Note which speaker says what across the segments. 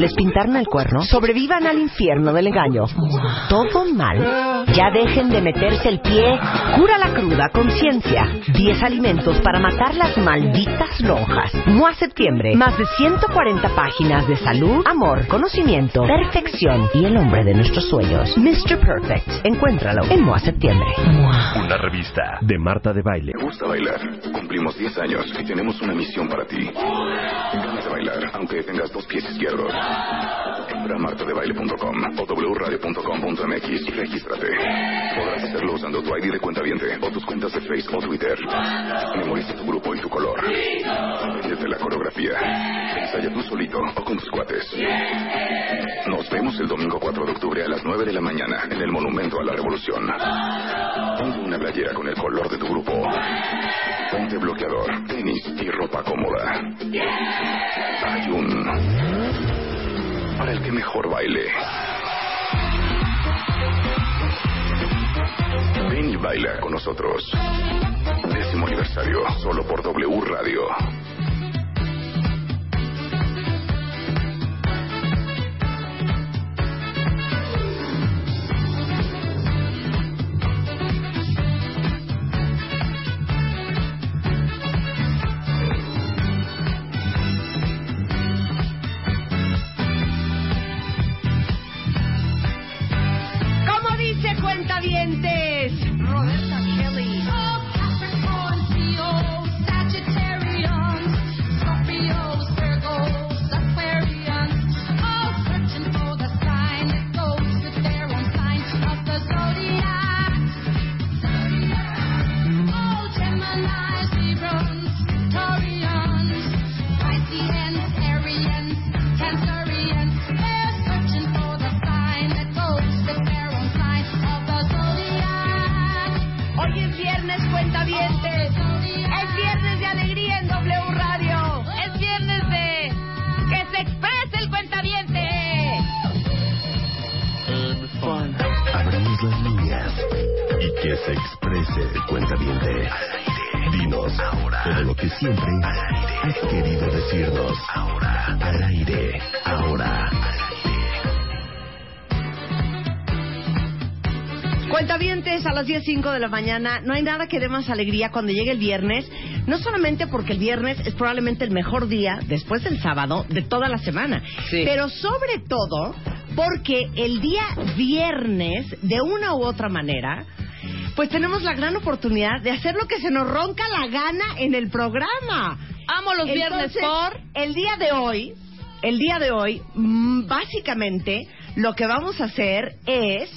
Speaker 1: Les pintaron el cuerno, sobrevivan al infierno del engaño. Todo mal. Ya dejen de meterse el pie. Cura la cruda conciencia. 10 alimentos para matar las malditas lonjas. MOA Septiembre. Más de 140 páginas de salud, amor, conocimiento, perfección y el hombre de nuestros sueños. Mr. Perfect. Encuéntralo en MOA Septiembre.
Speaker 2: Una revista de Marta de Baile.
Speaker 3: ¿Te gusta bailar? Cumplimos 10 años y tenemos una misión para ti. Ganas de bailar, aunque tengas dos pies izquierdos. Entra a martadebaile.com o wradio.com.mx y regístrate. Podrás hacerlo usando tu ID de cuenta o tus cuentas de Facebook o Twitter. Memoriza tu grupo y tu color. Desde la coreografía. Ensaya tú solito o con tus cuates. Nos vemos el domingo 4 de octubre a las 9 de la mañana en el Monumento a la Revolución. Ponte una playera con el color de tu grupo. Ponte bloqueador, tenis y ropa cómoda. Hay un... Para el que mejor baile. Ven y baila con nosotros. Décimo aniversario, solo por W Radio.
Speaker 1: ¿Cómo dice cuentavientes? Roberta Kelly. Hoy es viernes, cuentavientes. Es viernes de alegría en W Radio. Es viernes de que se exprese el cuentaviente.
Speaker 2: Abrimos las líneas y que se exprese el cuentaviente. Dinos ahora todo lo que siempre has querido decirnos. Ahora, al aire, ahora.
Speaker 1: Cuentavientes, a las 10.05 de la mañana, no hay nada que dé más alegría cuando llegue el viernes, no solamente porque el viernes es probablemente el mejor día después del sábado de toda la semana, pero sobre todo porque el día viernes, de una u otra manera, pues tenemos la gran oportunidad de hacer lo que se nos ronca la gana en el programa.
Speaker 4: Amo los viernes
Speaker 1: Entonces,
Speaker 4: por...
Speaker 1: El día de hoy, el día de hoy, mm, básicamente lo que vamos a hacer es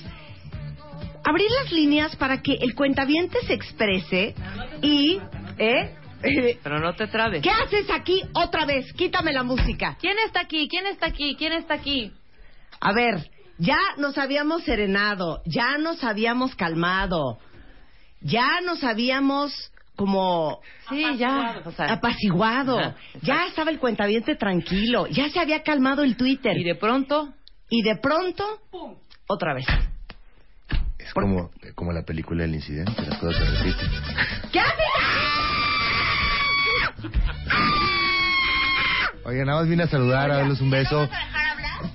Speaker 1: abrir las líneas para que el cuentaviente se exprese y... ¿eh?
Speaker 4: Pero no te trabes.
Speaker 1: ¿Qué haces aquí otra vez? Quítame la música.
Speaker 4: ¿Quién está aquí? ¿Quién está aquí? ¿Quién está aquí?
Speaker 1: A ver, ya nos habíamos serenado, ya nos habíamos calmado, ya nos habíamos como
Speaker 4: Sí, ya. O sea,
Speaker 1: apaciguado,
Speaker 4: Ajá, exacto.
Speaker 1: ya estaba el cuentaviente tranquilo, ya se había calmado el Twitter.
Speaker 4: y de pronto...
Speaker 1: y de pronto, otra vez.
Speaker 5: Es como, como la película El Incidente, las cosas se repiten.
Speaker 1: ¿Qué haces?
Speaker 5: Oiga, nada más vine a saludar, a darles un beso.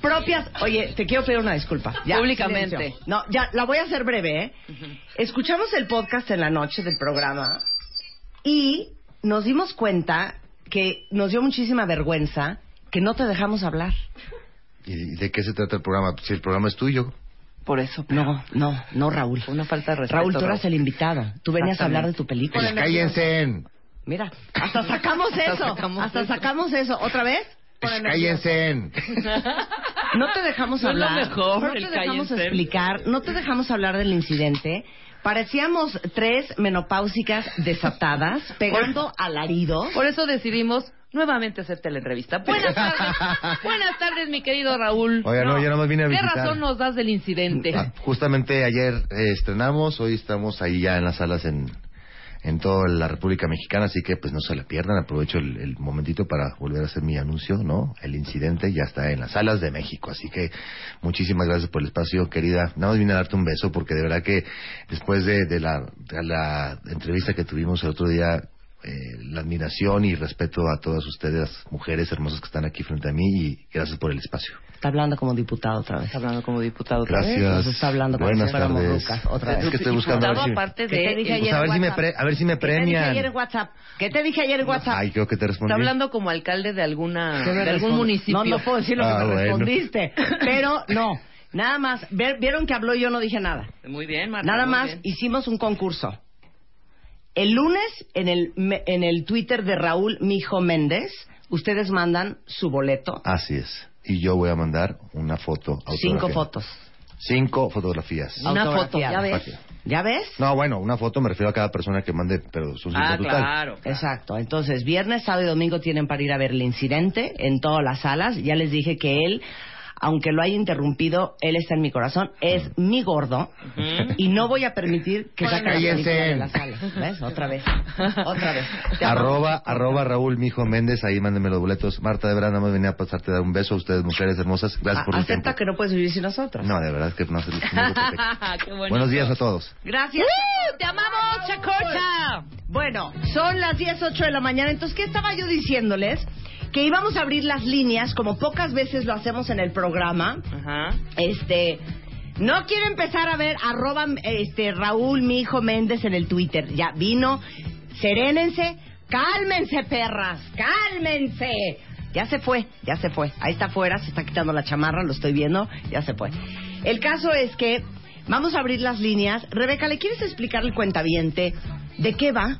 Speaker 1: Propias. Oye, te quiero pedir una disculpa. Ya,
Speaker 4: Públicamente.
Speaker 1: silencio. No, ya, la voy a hacer breve, ¿eh? Escuchamos el podcast en la noche del programa y nos dimos cuenta que nos dio muchísima vergüenza que no te dejamos hablar.
Speaker 5: ¿Y de qué se trata el programa? Pues, Si el programa es tuyo.
Speaker 4: Por eso.
Speaker 1: No, no, no, Raúl.
Speaker 4: Una falta de respeto.
Speaker 1: Raúl, tú eras el invitado. Tú venías a hablar de tu película.
Speaker 5: Pues cállense.
Speaker 1: Mira, hasta sacamos eso.
Speaker 4: sacamos
Speaker 1: Hasta
Speaker 4: eso.
Speaker 1: sacamos eso. ¿Otra vez?
Speaker 5: Pues cállense.
Speaker 1: No te dejamos
Speaker 6: No es lo
Speaker 1: hablar.
Speaker 6: mejor,
Speaker 1: no
Speaker 6: el
Speaker 1: te dejamos
Speaker 6: Cállense.
Speaker 1: explicar. No te dejamos hablar del incidente. Parecíamos tres menopáusicas desatadas, pegando alaridos.
Speaker 4: Por eso decidimos nuevamente hacerte la entrevista. Buenas tardes. Buenas tardes, mi querido Raúl.
Speaker 5: Oiga, no, yo nada más vine a
Speaker 4: ¿Qué
Speaker 5: visitar.
Speaker 4: razón nos das del incidente?
Speaker 5: Ah, justamente ayer eh, estrenamos, hoy estamos ahí ya en las salas en, en toda la República Mexicana, así que pues no se la pierdan. Aprovecho el, el momentito para volver a hacer mi anuncio, ¿no? El incidente ya está en las salas de México, así que muchísimas gracias por el espacio, querida. Nada más vine a darte un beso porque de verdad que después de, de la, de la entrevista que tuvimos el otro día eh, la admiración y respeto a todas ustedes, mujeres hermosas que están aquí frente a mí, y gracias por el espacio.
Speaker 1: Está hablando como diputado otra vez.
Speaker 4: Está hablando como diputado. otra vez.
Speaker 5: Gracias.
Speaker 1: Nos está hablando como
Speaker 5: Buenas
Speaker 1: si fuéramos
Speaker 5: tardes.
Speaker 1: rucas, otra
Speaker 5: Es
Speaker 1: vez.
Speaker 5: que estoy buscando a ver
Speaker 4: Diputado
Speaker 5: si,
Speaker 4: aparte
Speaker 1: ¿Qué te dije
Speaker 4: de...
Speaker 1: ayer
Speaker 5: pues a ver
Speaker 1: en
Speaker 5: si me
Speaker 1: WhatsApp?
Speaker 5: pre- a ver si me
Speaker 1: ¿Qué te dije ayer en
Speaker 5: premian.
Speaker 1: WhatsApp? ¿Qué te dije ayer en WhatsApp?
Speaker 5: Ay, creo que te respondí.
Speaker 4: Está hablando como alcalde de alguna
Speaker 1: ¿Qué me
Speaker 4: de algún
Speaker 1: respondes?
Speaker 4: municipio.
Speaker 1: No, no puedo decir lo que
Speaker 5: Ah,
Speaker 1: me
Speaker 5: bueno.
Speaker 1: respondiste. Pero no, nada más. Ver- Vieron que habló y yo no dije nada.
Speaker 4: Muy bien, Marta.
Speaker 1: Nada
Speaker 4: Ah, muy
Speaker 1: más
Speaker 4: bien.
Speaker 1: hicimos un concurso. El lunes, en el, me- en el Twitter de Raúl Mijo Méndez, ustedes mandan su boleto.
Speaker 5: Así es. Y yo voy a mandar una foto.
Speaker 1: cinco
Speaker 5: autografiada.
Speaker 1: fotos.
Speaker 5: Cinco fotografías.
Speaker 4: Una foto,
Speaker 1: Autografiadas.
Speaker 4: ya ves.
Speaker 1: ¿Ya ves?
Speaker 5: No, bueno, una foto me refiero a cada persona que mande, pero son cinco
Speaker 4: Ah,
Speaker 5: total.
Speaker 4: claro.
Speaker 1: Exacto. Entonces, viernes, sábado y domingo tienen para ir a ver el incidente en todas las salas. Ya les dije que él, aunque lo haya interrumpido, él está en mi corazón. Es mi gordo. Y no voy a permitir que
Speaker 5: Bueno,
Speaker 1: saque la película
Speaker 5: cállense.
Speaker 1: de la sala. ¿Ves? Otra vez. Otra vez. Te amo.
Speaker 5: Arroba, arroba Raúl Mijo Méndez, ahí mándenme los boletos. Marta, de verdad, nada más venía a pasarte a dar un beso a ustedes, mujeres hermosas. Gracias por
Speaker 1: A-
Speaker 5: el
Speaker 1: Ah, Acepta
Speaker 5: tiempo.
Speaker 1: que no puedes vivir sin nosotros.
Speaker 5: No, de verdad es que no se no se lo protege.
Speaker 4: Qué bonito.
Speaker 5: Buenos días a todos.
Speaker 1: Gracias.
Speaker 4: ¡Uh!
Speaker 1: pues.
Speaker 4: ¡Te amamos, Chacorcha!
Speaker 1: Bueno, son las 10.08 de la mañana. Entonces, ¿qué estaba yo diciéndoles? Que íbamos a abrir las líneas, como pocas veces lo hacemos en el programa.
Speaker 4: Ajá.
Speaker 1: Este, no quiero empezar a ver arroba este, Raúl, mi hijo Méndez en el Twitter. Ya vino, serénense, cálmense perras, cálmense. Ya se fue, ya se fue. Ahí está afuera, se está quitando la chamarra, lo estoy viendo, ya se fue. El caso es que vamos a abrir las líneas. Rebeca, ¿le quieres explicar al cuentaviente de qué va?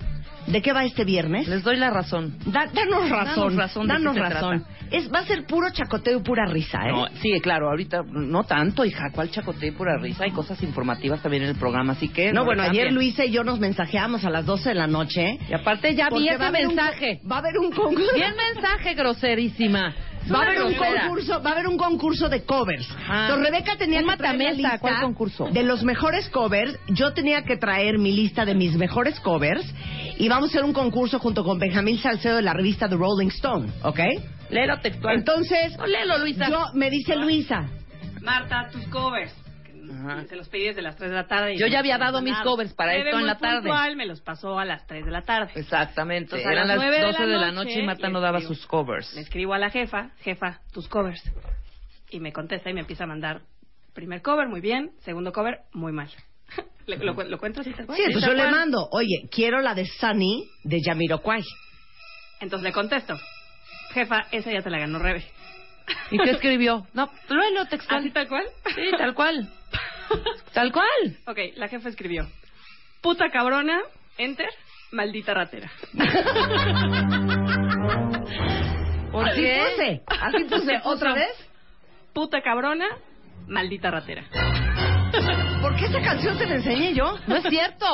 Speaker 1: ¿De qué va este viernes?
Speaker 4: Les doy la razón.
Speaker 1: Da- danos
Speaker 4: Danos
Speaker 1: razón,
Speaker 4: razón de qué
Speaker 1: danos
Speaker 4: se
Speaker 1: razón. Es, va a ser puro chacoteo y pura risa, ¿eh?
Speaker 4: No, sí, claro, ahorita no tanto, hija. ¿Cuál chacoteo y pura risa? Hay cosas informativas también en el programa, así que...
Speaker 1: No, bueno,
Speaker 4: le
Speaker 1: ayer
Speaker 4: cambien.
Speaker 1: Luisa y yo nos mensajeamos a las 12 de la noche.
Speaker 4: Y aparte ya vi
Speaker 1: Porque va a
Speaker 4: ese
Speaker 1: haber un-
Speaker 4: mensaje.
Speaker 1: va a haber un concurso.
Speaker 4: Vi el mensaje, groserísima. Es
Speaker 1: Va a
Speaker 4: una
Speaker 1: haber un
Speaker 4: grosera.
Speaker 1: concurso, va a haber un concurso de covers.
Speaker 4: Ah.
Speaker 1: Entonces, Rebeca tenía
Speaker 4: Un
Speaker 1: que traer la
Speaker 4: matamesta,
Speaker 1: lista
Speaker 4: ¿cuál concurso?
Speaker 1: de los mejores covers. Yo tenía que traer mi lista de mis mejores covers y vamos a hacer un concurso junto con Benjamín Salcedo de la revista The Rolling Stone, ¿ok?
Speaker 4: Léelo textual.
Speaker 1: Entonces,
Speaker 4: No, léelo, Luisa. Ah.
Speaker 1: yo me dice Luisa,
Speaker 7: Marta, tus covers.
Speaker 4: Ajá.
Speaker 7: Se los pedí desde las 3 de la tarde. y
Speaker 4: Yo
Speaker 7: no
Speaker 4: ya
Speaker 7: me
Speaker 4: había dado
Speaker 7: mandaron.
Speaker 4: mis covers para
Speaker 7: Bebe
Speaker 4: esto en
Speaker 7: muy
Speaker 4: la tarde.
Speaker 7: puntual, me los pasó a las 3 de la tarde.
Speaker 4: Exactamente.
Speaker 7: Entonces, a
Speaker 4: Eran
Speaker 7: las
Speaker 4: las
Speaker 7: nueve
Speaker 4: 12 de la noche y Marta
Speaker 7: le
Speaker 4: no daba
Speaker 7: escribo.
Speaker 4: sus covers.
Speaker 7: Le escribo a la jefa, jefa, tus covers. Y me contesta y me empieza a mandar primer cover, muy bien, segundo cover, muy mal. Le- ¿Lo, cu- lo cuento así tal cual?
Speaker 1: sí, pues yo
Speaker 7: Tal
Speaker 1: le
Speaker 7: cual.
Speaker 1: mando, oye, quiero la de Sunny de Jamiroquai.
Speaker 7: Entonces le contesto, jefa, esa ya te la ganó Rebe.
Speaker 4: ¿Y qué escribió? No, léelo textual.
Speaker 7: ¿Así tal cual?
Speaker 4: Sí, tal cual. Tal cual.
Speaker 7: Ok, la jefa escribió, puta cabrona, enter, maldita ratera.
Speaker 4: ¿Por
Speaker 1: Así
Speaker 4: qué?
Speaker 1: puse, así puse, ¿otra vez?
Speaker 7: Puta cabrona, maldita ratera.
Speaker 1: ¿Por qué esa canción te la enseñé yo?
Speaker 4: No es cierto.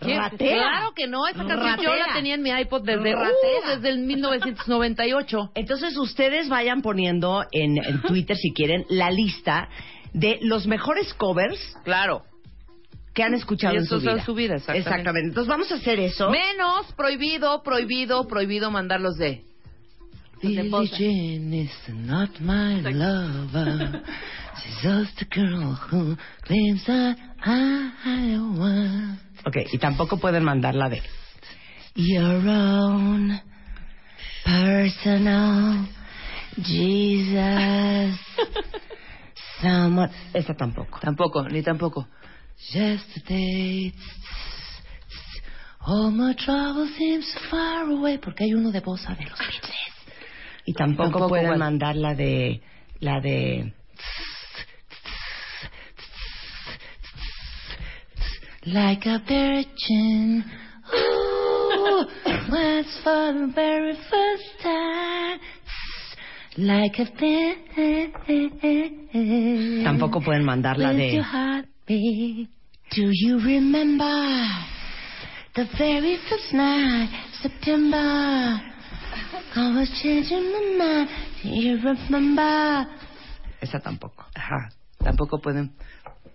Speaker 4: ¿Qué?
Speaker 1: Ratera.
Speaker 4: Claro que no, esa canción yo
Speaker 1: Ratera.
Speaker 4: la tenía en mi iPod desde,
Speaker 1: Ratera.
Speaker 4: uh, desde el 1998.
Speaker 1: Entonces ustedes vayan poniendo en, en Twitter, si quieren, la lista de los mejores covers
Speaker 4: Claro.
Speaker 1: que han escuchado
Speaker 4: Y
Speaker 1: en su
Speaker 4: esos
Speaker 1: vida.
Speaker 4: son su vida, exactamente.
Speaker 1: Entonces vamos a hacer eso.
Speaker 4: Menos prohibido, prohibido, prohibido mandarlos de.
Speaker 7: Billie
Speaker 4: Jane is not my lover. She's just a girl who claims that I want.
Speaker 1: Ok, y tampoco pueden mandar la de...
Speaker 4: Your own personal Jesus.
Speaker 1: Someone- Esa tampoco.
Speaker 4: Tampoco, ni tampoco. Yesterday. All my trouble seems so far away. Porque hay uno de Bosa de los Beatles.
Speaker 1: Y tampoco,
Speaker 4: Tampoco
Speaker 1: pueden
Speaker 4: vale.
Speaker 1: mandar la de... La de...
Speaker 4: Like a virgin. Ooh, once for the very first time. Like a bird.
Speaker 1: Tampoco pueden mandar la
Speaker 4: With
Speaker 1: de-
Speaker 4: your heartbeat. Do you remember the very first night, September? I was changing my mind. Do you remember?
Speaker 6: Esa tampoco. Ajá. Tampoco pueden,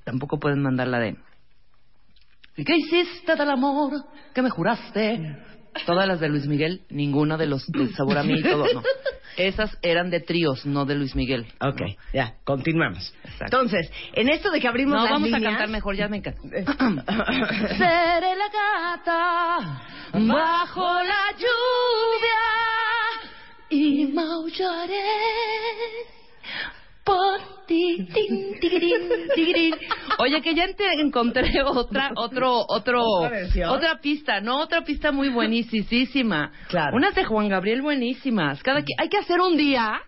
Speaker 6: tampoco pueden mandar la de. ¿Y qué hiciste del amor que me juraste? Todas las de Luis Miguel, ninguna de los de Sabor a mí y todo, no. Esas eran de tríos, no de Luis Miguel.
Speaker 1: Ok, ya, continuamos.
Speaker 6: Exacto.
Speaker 1: Entonces, en esto de que abrimos
Speaker 6: No,
Speaker 1: las
Speaker 6: vamos a
Speaker 1: líneas-
Speaker 6: cantar mejor, ya me encanta.
Speaker 4: Seré la gata bajo la lluvia y maullaré por ti. tin, tigirín, tigirín.
Speaker 6: Oye, que ya ente- encontré otra, otro, otro,
Speaker 1: ¿Otra versión?
Speaker 6: otra pista, ¿no? Otra pista muy buenísima.
Speaker 1: Claro.
Speaker 6: Unas de Juan Gabriel buenísimas. Cada que, hay que hacer un día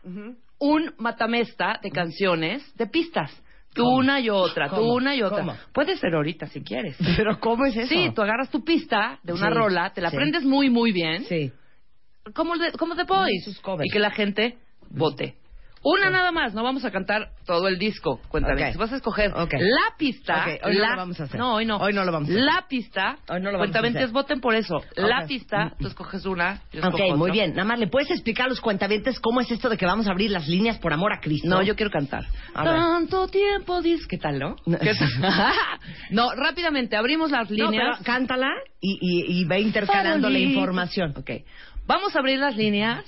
Speaker 6: un matamesta de canciones de pistas. Tú
Speaker 1: ¿Cómo?
Speaker 6: una y otra, tú
Speaker 1: ¿Cómo?
Speaker 6: una y otra.
Speaker 1: ¿Cómo?
Speaker 6: Puede ser ahorita si quieres.
Speaker 1: Pero ¿cómo es eso?
Speaker 6: Sí, tú agarras tu pista de una
Speaker 1: Sí,
Speaker 6: rola, te la
Speaker 1: sí.
Speaker 6: aprendes muy, muy bien.
Speaker 1: Sí.
Speaker 6: Como, el de- como The
Speaker 1: Ah, sus
Speaker 6: Boys.
Speaker 1: covers.
Speaker 6: Y que la gente vote. Una nada más, no vamos a cantar todo el disco. Cuéntame,
Speaker 1: Ok.
Speaker 6: si vas a escoger
Speaker 1: Ok.
Speaker 6: la pista.
Speaker 1: Ok, hoy no
Speaker 6: la-
Speaker 1: lo vamos a hacer.
Speaker 6: No, hoy no.
Speaker 1: Hoy no lo vamos a hacer.
Speaker 6: La pista.
Speaker 1: Hoy no lo vamos a
Speaker 6: Cuentamientos,
Speaker 1: hacer.
Speaker 6: voten por eso. La
Speaker 1: Ok.
Speaker 6: pista, tú escoges una. Yo
Speaker 1: Ok,
Speaker 6: escojo otra.
Speaker 1: muy bien. Nada más, ¿le puedes explicar a los cuentavientes cómo es esto de que vamos a abrir las líneas por amor a Cristo?
Speaker 6: No, yo quiero cantar.
Speaker 1: A ver.
Speaker 6: Tanto tiempo, dice. ¿Qué tal, no? ¿Qué tal? Ah, no, rápidamente, abrimos las
Speaker 1: No,
Speaker 6: líneas.
Speaker 1: pero cántala y, y, y va intercalando la
Speaker 6: Farolito.
Speaker 1: información.
Speaker 6: Ok. Vamos a abrir las líneas.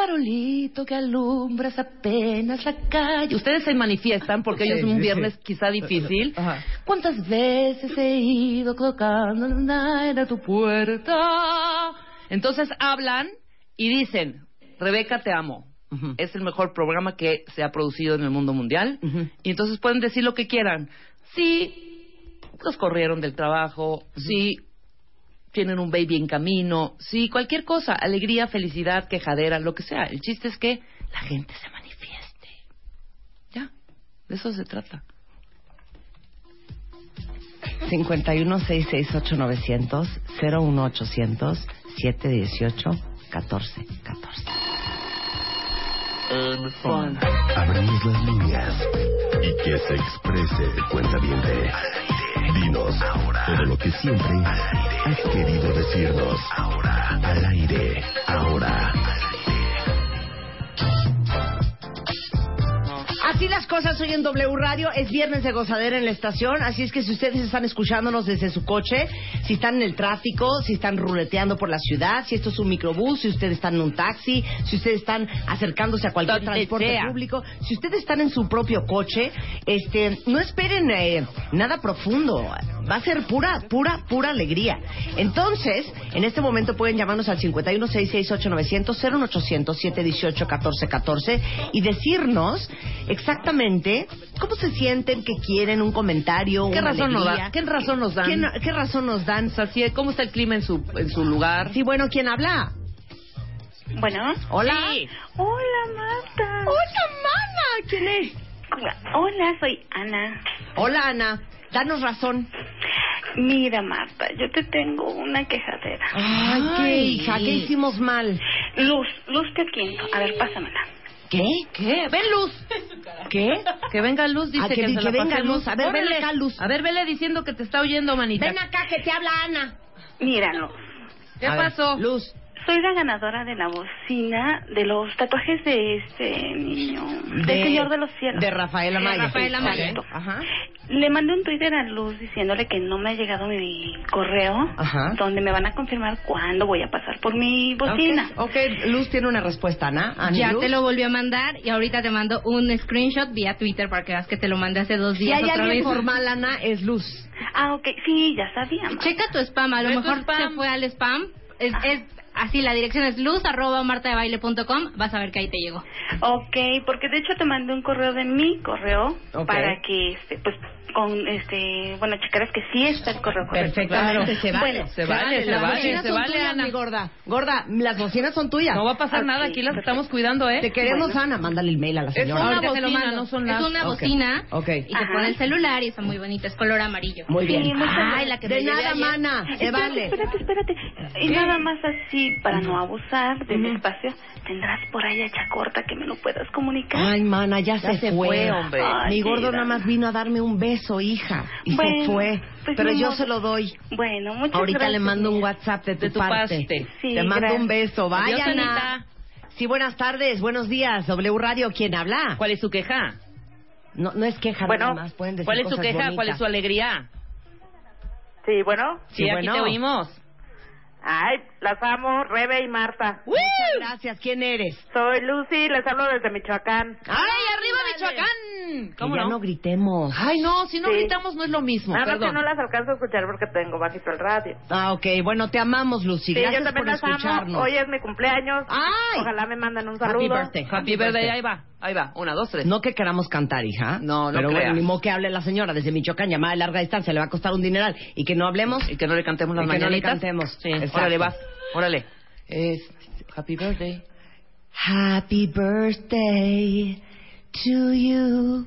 Speaker 6: Farolito que alumbras apenas la calle. Ustedes se manifiestan porque hoy es
Speaker 1: Sí,
Speaker 6: un
Speaker 1: sí,
Speaker 6: viernes
Speaker 1: sí.
Speaker 6: quizá difícil.
Speaker 1: Ajá.
Speaker 6: ¿Cuántas veces he ido tocando la en a tu puerta? Entonces hablan y dicen, Rebeca, te amo.
Speaker 1: Ujú.
Speaker 6: Es el mejor programa que se ha producido en el mundo mundial.
Speaker 1: Ujú.
Speaker 6: Y entonces pueden decir lo que quieran. Sí, los corrieron del trabajo. Sí, tienen un baby en camino, sí, cualquier cosa, alegría, felicidad, quejadera, lo que sea. El chiste es que la gente se manifieste. Ya, de eso se trata.
Speaker 1: 51 668 900 01 800 718 14 14.
Speaker 2: Abrimos las líneas y que se exprese cuenta bien Dinos ahora todo lo que siempre has querido decirnos. Ahora al aire, ahora.
Speaker 1: Así las cosas hoy en W Radio. Es viernes de gozadera en la estación. Así es que si ustedes están escuchándonos desde su coche, si están en el tráfico, si están ruleteando por la ciudad, si esto es un microbús, si ustedes están en un taxi, si ustedes están acercándose a cualquier
Speaker 6: Donde
Speaker 1: transporte
Speaker 6: sea.
Speaker 1: público, si ustedes están en su propio coche, este, no esperen eh, nada profundo. Va a ser pura, pura, pura alegría. Entonces, en este momento pueden llamarnos al 51 668 900 01800 718 1414 y decirnos exactamente cómo se sienten, qué quieren, un comentario,
Speaker 6: ¿Qué
Speaker 1: una
Speaker 6: razón nos
Speaker 1: alegría.
Speaker 6: dan? ¿Qué razón nos dan?
Speaker 1: ¿Qué, no- qué razón nos dan?
Speaker 6: O sea, sí, ¿Cómo está el clima en su, en su lugar?
Speaker 1: Sí, bueno, ¿quién habla?
Speaker 8: Bueno.
Speaker 1: Hola.
Speaker 6: Sí.
Speaker 8: Hola, Marta.
Speaker 1: mamá! ¿Quién es?
Speaker 8: Hola, soy Ana.
Speaker 1: Hola, Ana. Danos razón.
Speaker 8: Mira, Marta, yo te tengo una quejadera.
Speaker 1: Ay, qué hija, ¿qué hicimos mal?
Speaker 8: Luz, Luz te quinto. A ver, pásamela.
Speaker 1: ¿Qué? Eh,
Speaker 6: ¿Qué? ¡Ven luz!
Speaker 1: ¿Qué?
Speaker 6: Que venga luz, dice
Speaker 1: Ah, que
Speaker 6: que,
Speaker 1: di-
Speaker 6: se
Speaker 1: que
Speaker 6: la pase
Speaker 1: venga Luz. A ver, ven
Speaker 6: Órale.
Speaker 1: acá, Luz.
Speaker 6: A ver, vele diciendo que te está oyendo, manita.
Speaker 1: Ven acá que te habla Ana.
Speaker 8: Míralo.
Speaker 6: ¿Qué
Speaker 1: A ver,
Speaker 6: pasó?
Speaker 1: Luz.
Speaker 8: Soy la ganadora de la bocina de los tatuajes de este niño, del
Speaker 1: de-
Speaker 8: Señor de los Cielos.
Speaker 1: De Rafael Amaya.
Speaker 6: Rafael Amaya.
Speaker 8: Exacto.
Speaker 1: Ajá.
Speaker 8: Le mandé un Twitter a Luz diciéndole que no me ha llegado mi correo
Speaker 1: Ajá.
Speaker 8: donde me van a confirmar cuándo voy a pasar por mi bocina.
Speaker 1: Ok, ok, Luz tiene una respuesta, Ana. Ana,
Speaker 9: Ya
Speaker 1: Luz.
Speaker 9: te lo volví a mandar y ahorita te mando un screenshot vía Twitter para que veas que te lo mandé hace dos
Speaker 1: Si
Speaker 9: días
Speaker 1: hay
Speaker 9: otra
Speaker 1: alguien
Speaker 9: vez.
Speaker 1: formal, Ana, es Luz.
Speaker 8: Ah, ok, sí, ya sabía. Marta.
Speaker 9: Checa tu spam, a lo
Speaker 6: Ve tu
Speaker 9: mejor
Speaker 6: spam.
Speaker 9: se fue al spam. Es, es así, la dirección es luz arroba martadebaile.com. Vas a ver que ahí te llegó.
Speaker 8: Ok, porque de hecho te mandé un correo de mi correo
Speaker 1: Ok.
Speaker 8: para que, este, pues, con, este, bueno, checaras que sí está el correo correcto.
Speaker 1: Perfectamente,
Speaker 9: Claro. se vale,
Speaker 8: Bueno,
Speaker 6: se vale, se
Speaker 1: las
Speaker 6: vale,
Speaker 1: bocinas
Speaker 6: se
Speaker 1: Ah, son
Speaker 6: vale,
Speaker 1: tuyas,
Speaker 6: Ana.
Speaker 1: mi gorda. Gorda, las bocinas son tuyas.
Speaker 6: No va a pasar
Speaker 8: Ok,
Speaker 6: nada, aquí las
Speaker 8: perfecto.
Speaker 6: estamos cuidando, ¿eh?
Speaker 1: Te queremos, Ana. Mándale el mail a la
Speaker 6: Es
Speaker 1: señora.
Speaker 6: una
Speaker 9: Ahorita te lo
Speaker 6: bocina,
Speaker 9: mando.
Speaker 6: no son las-
Speaker 9: Es una
Speaker 1: Ok,
Speaker 9: bocina
Speaker 1: ok.
Speaker 9: y se
Speaker 8: Ajá.
Speaker 9: pone el celular y está muy bonita. Es color amarillo.
Speaker 1: Muy bien.
Speaker 8: Sí, muchas
Speaker 1: Ay,
Speaker 8: gracias.
Speaker 1: la que me De
Speaker 9: llevé
Speaker 1: nada,
Speaker 9: ayer.
Speaker 1: mana. Se
Speaker 8: Espérate,
Speaker 1: vale.
Speaker 8: Espérate, espérate. Y nada más así, y para no abusar del espacio, ¿tendrás por ahí a Chacorta que me lo puedas comunicar?
Speaker 1: Ay, mana, ya,
Speaker 8: Ya
Speaker 1: se,
Speaker 8: se
Speaker 1: fue.
Speaker 8: fue, hombre.
Speaker 1: Mi
Speaker 8: Ay,
Speaker 1: gordo
Speaker 8: querida.
Speaker 1: nada más vino a darme un beso, hija. Y se
Speaker 8: Bueno,
Speaker 1: fue.
Speaker 8: pues,
Speaker 1: Pero
Speaker 8: ni
Speaker 1: yo
Speaker 8: modo.
Speaker 1: se lo doy.
Speaker 8: Bueno, muchas
Speaker 1: Ahorita
Speaker 8: gracias.
Speaker 1: le mando un WhatsApp de tu,
Speaker 6: De tu
Speaker 1: parte.
Speaker 6: parte.
Speaker 8: Sí,
Speaker 1: Te mando
Speaker 8: gracias.
Speaker 1: un beso.
Speaker 6: Adiós,
Speaker 1: Vaya, Ana.
Speaker 6: Anita.
Speaker 1: Sí, buenas tardes, buenos días. W Radio, ¿quién habla?
Speaker 6: ¿Cuál es su queja?
Speaker 1: No, no es queja
Speaker 10: Bueno,
Speaker 1: nada más. Pueden decir
Speaker 6: ¿Cuál es su
Speaker 1: cosas
Speaker 6: queja? ¿Cuál es
Speaker 1: bonitas.
Speaker 6: su alegría?
Speaker 10: Sí, bueno.
Speaker 6: Sí,
Speaker 1: Sí,
Speaker 6: aquí
Speaker 1: bueno.
Speaker 6: te oímos.
Speaker 10: Ay, las amo, Rebe y Marta.
Speaker 1: Muchas gracias. ¿Quién eres?
Speaker 10: Soy Lucy, les hablo desde Michoacán.
Speaker 6: ¡Ay, arriba Michoacán!
Speaker 1: Que
Speaker 6: ¿Cómo
Speaker 1: ya no?
Speaker 6: no?
Speaker 1: gritemos.
Speaker 6: Ay, no, si no
Speaker 10: Sí.
Speaker 6: gritamos no es lo mismo.
Speaker 10: Nada más que
Speaker 6: Perdón.
Speaker 10: no las alcanzo a escuchar porque tengo bajito el radio.
Speaker 1: Ah, ok. Bueno, te amamos,
Speaker 10: Sí,
Speaker 1: Lucy. Gracias
Speaker 10: yo también
Speaker 1: por
Speaker 10: las amo.
Speaker 1: escucharnos.
Speaker 10: Hoy es mi cumpleaños.
Speaker 1: Ay.
Speaker 10: Ojalá me manden un saludo.
Speaker 1: Happy birthday.
Speaker 6: Happy, birthday, ahí va, ahí va. Una, dos, tres.
Speaker 1: No que queramos cantar, hija.
Speaker 6: No, no
Speaker 1: Pero bueno,
Speaker 6: creas.
Speaker 1: ni modo que hable la señora desde Michoacán, llamada de larga distancia, le va a costar un dineral. Y que no hablemos.
Speaker 6: Y que no le cantemos las
Speaker 1: Y que no le
Speaker 6: mañanitas.
Speaker 1: cantemos.
Speaker 6: Sí,
Speaker 1: Exacto.
Speaker 6: órale, vas. Órale. Es happy birthday.
Speaker 1: Happy birthday to you.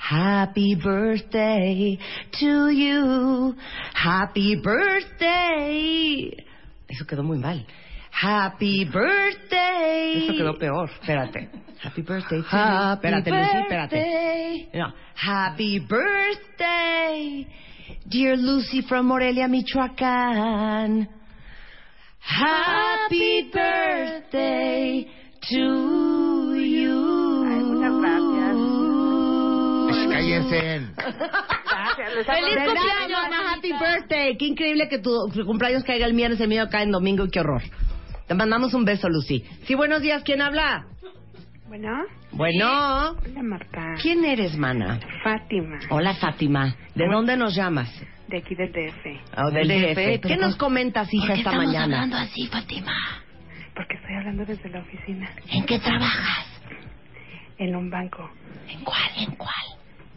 Speaker 1: Happy birthday to you. Happy birthday. Eso quedó muy mal. Happy birthday.
Speaker 6: Eso quedó peor.
Speaker 1: Espérate. Happy birthday to you.
Speaker 6: Happy
Speaker 1: Espérate, Lucy, espérate. No. Happy birthday, dear Lucy from Morelia, Michoacán. Happy birthday to you.
Speaker 10: Ay, muchas
Speaker 5: Sh, Cállense.
Speaker 10: Gracias, les amo.
Speaker 1: ¡Feliz
Speaker 10: Te
Speaker 1: cumpleaños,
Speaker 10: amo.
Speaker 1: Ana! ¡Happy birthday! Qué increíble que tu cumpleaños caiga el viernes, el mío cae en domingo y qué horror. Te mandamos un beso, Lucy. Sí, buenos días, ¿quién habla?
Speaker 11: Bueno,
Speaker 1: Bueno,
Speaker 11: hola Marta.
Speaker 1: ¿quién eres, mana?
Speaker 11: Fátima,
Speaker 1: Hola, Fátima. ¿De dónde nos llamas?
Speaker 11: de aquí del DF.
Speaker 1: Ah, del DF. ¿Qué nos comentas, hija, esta mañana?
Speaker 4: así, Fátima?
Speaker 11: Porque estoy hablando desde la oficina,
Speaker 4: ¿En qué trabajas?
Speaker 11: en un banco.
Speaker 4: ¿En cuál? ¿En cuál?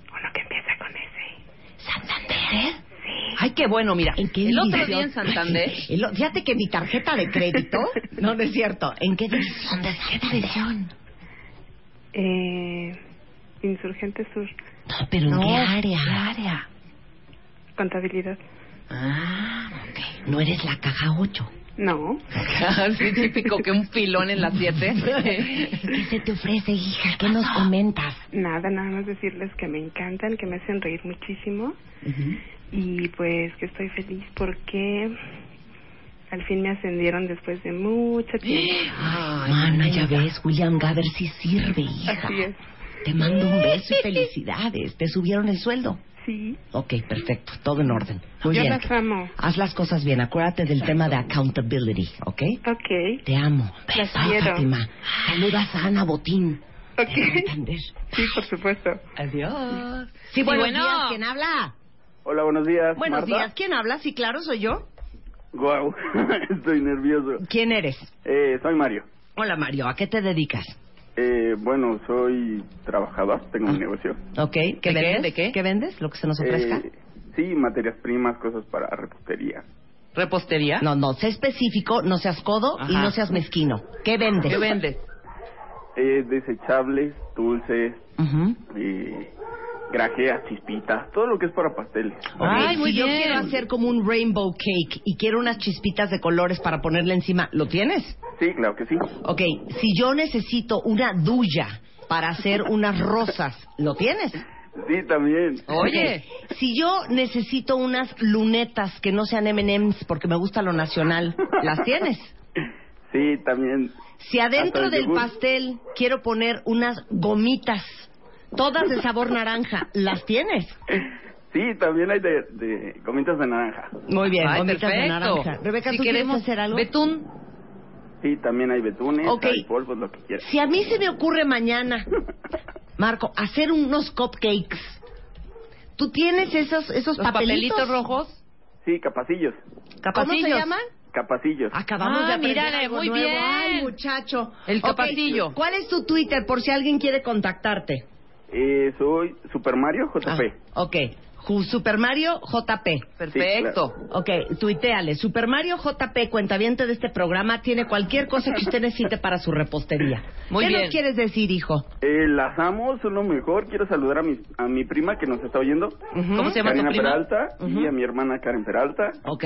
Speaker 11: Uno que empieza con ese.
Speaker 4: ¿Santander?
Speaker 1: Ay, ¿Eh? qué bueno, mira.
Speaker 6: ¿En qué
Speaker 1: el otro
Speaker 6: división?
Speaker 1: día en Santander. el o- fíjate que mi tarjeta de crédito. no, no es cierto. ¿En qué división?
Speaker 4: ¿Dónde está división?
Speaker 11: Eh, Insurgente Sur,
Speaker 4: No, pero ¿en qué área? área?
Speaker 11: contabilidad.
Speaker 4: Ah, ok. No eres la caja 8.
Speaker 11: No,
Speaker 6: Así típico que un pilón en las siete.
Speaker 4: ¿Qué se te ofrece, hija? ¿Qué nos comentas?
Speaker 11: nada, nada más decirles que me encantan, que me hacen reír muchísimo. Y pues que estoy feliz porque al fin me ascendieron después de mucho tiempo.
Speaker 1: Mana, ya ves, William Gaber sí sirve, hija.
Speaker 11: Así es.
Speaker 1: Te mando un beso y felicidades. Te subieron el sueldo.
Speaker 11: Sí,
Speaker 1: Ok, perfecto. Todo en orden. Muy
Speaker 11: yo
Speaker 1: bien.
Speaker 11: las amo.
Speaker 1: Haz las cosas bien. Acuérdate del tema de accountability, ¿ok?
Speaker 11: Ok,
Speaker 1: Te amo.
Speaker 11: Las
Speaker 1: Bye,
Speaker 11: quiero.
Speaker 1: Fátima. Saludas a Ana Botín.
Speaker 11: ok.
Speaker 1: ¿Entender?
Speaker 11: Sí, por supuesto.
Speaker 6: Adiós.
Speaker 1: Sí, buenos
Speaker 6: bueno.
Speaker 1: días. ¿Quién habla?
Speaker 12: Hola, buenos días.
Speaker 1: Buenos
Speaker 12: Marta.
Speaker 1: días. ¿Quién habla? Sí, claro, soy yo.
Speaker 12: Guau, estoy nervioso.
Speaker 1: ¿Quién eres?
Speaker 12: Eh, soy Mario.
Speaker 1: Hola, Mario. ¿A qué te dedicas?
Speaker 12: Eh, bueno, soy trabajador, tengo un negocio.
Speaker 1: Ok. ¿Qué
Speaker 6: ¿De qué?
Speaker 1: vendes?
Speaker 6: ¿De qué?
Speaker 1: vendes? ¿Lo que se Ah, nos ofrezca?
Speaker 12: Eh, sí, materias primas, cosas para repostería.
Speaker 6: ¿Repostería?
Speaker 1: No, no. Sé específico, no seas codo y
Speaker 6: Ajá.
Speaker 1: no seas mezquino. ¿Qué vendes?
Speaker 6: ¿Qué vendes?
Speaker 12: Eh, desechables, dulces,
Speaker 1: Ujú.
Speaker 12: eh, grajeas, chispitas, todo lo que es para pasteles.
Speaker 1: Ay, muy si yo quiero hacer como un rainbow cake y quiero unas chispitas de colores para ponerle encima, ¿lo tienes?
Speaker 12: Sí, claro que sí.
Speaker 1: Ok, si yo necesito una duya para hacer unas rosas, ¿lo tienes?
Speaker 12: Sí, también.
Speaker 6: Oye.
Speaker 1: Ok, Si yo necesito unas lunetas que no sean M&M's porque me gusta lo nacional, ¿las tienes?
Speaker 12: Sí, también.
Speaker 1: Si adentro
Speaker 12: Hasta el
Speaker 1: del
Speaker 12: yogur.
Speaker 1: pastel quiero poner unas gomitas, todas de sabor naranja, ¿las tienes?
Speaker 12: Sí, también hay de, de gomitas de naranja.
Speaker 1: Muy bien,
Speaker 6: Ay,
Speaker 1: gomitas de
Speaker 6: perfecto.
Speaker 1: naranja. Rebeca,
Speaker 6: si
Speaker 1: ¿tú
Speaker 6: queremos
Speaker 1: quieres hacer algo?
Speaker 6: Betún.
Speaker 12: Sí, también hay betunes,
Speaker 1: Ok.
Speaker 12: hay polvos, lo que quieras.
Speaker 1: Si a mí se me ocurre mañana, Marco, hacer unos cupcakes. ¿Tú tienes esos, esos
Speaker 6: Los
Speaker 1: papelitos?
Speaker 6: papelitos rojos.
Speaker 12: Sí, capacillos.
Speaker 1: ¿Cómo se
Speaker 6: Capacillos.
Speaker 1: llaman?
Speaker 12: Capacillos.
Speaker 1: Acabamos
Speaker 6: Ah,
Speaker 1: de aprender
Speaker 6: mírale,
Speaker 1: algo
Speaker 6: muy
Speaker 1: nuevo.
Speaker 6: bien.
Speaker 1: Ay, muchacho.
Speaker 6: El
Speaker 1: Ok,
Speaker 6: capacillo.
Speaker 1: ¿Cuál es tu Twitter por si alguien quiere contactarte?
Speaker 12: Eh, soy Super Mario JP.
Speaker 1: Ah, ok. Ju- Super Mario JP.
Speaker 6: Perfecto.
Speaker 12: Sí,
Speaker 1: Ok, tuiteale. Super Mario JP, cuentaviente de este programa, tiene cualquier cosa que usted necesite para su repostería.
Speaker 6: Muy
Speaker 1: ¿Qué
Speaker 6: bien.
Speaker 1: nos quieres decir, hijo?
Speaker 12: Eh, las amo, son lo mejor. Quiero saludar a mi, a mi prima que nos está oyendo,
Speaker 1: Ujú.
Speaker 6: ¿Cómo se llama tu
Speaker 12: Karina
Speaker 6: prima?
Speaker 12: Peralta, y a mi hermana Karen Peralta,
Speaker 1: Ok.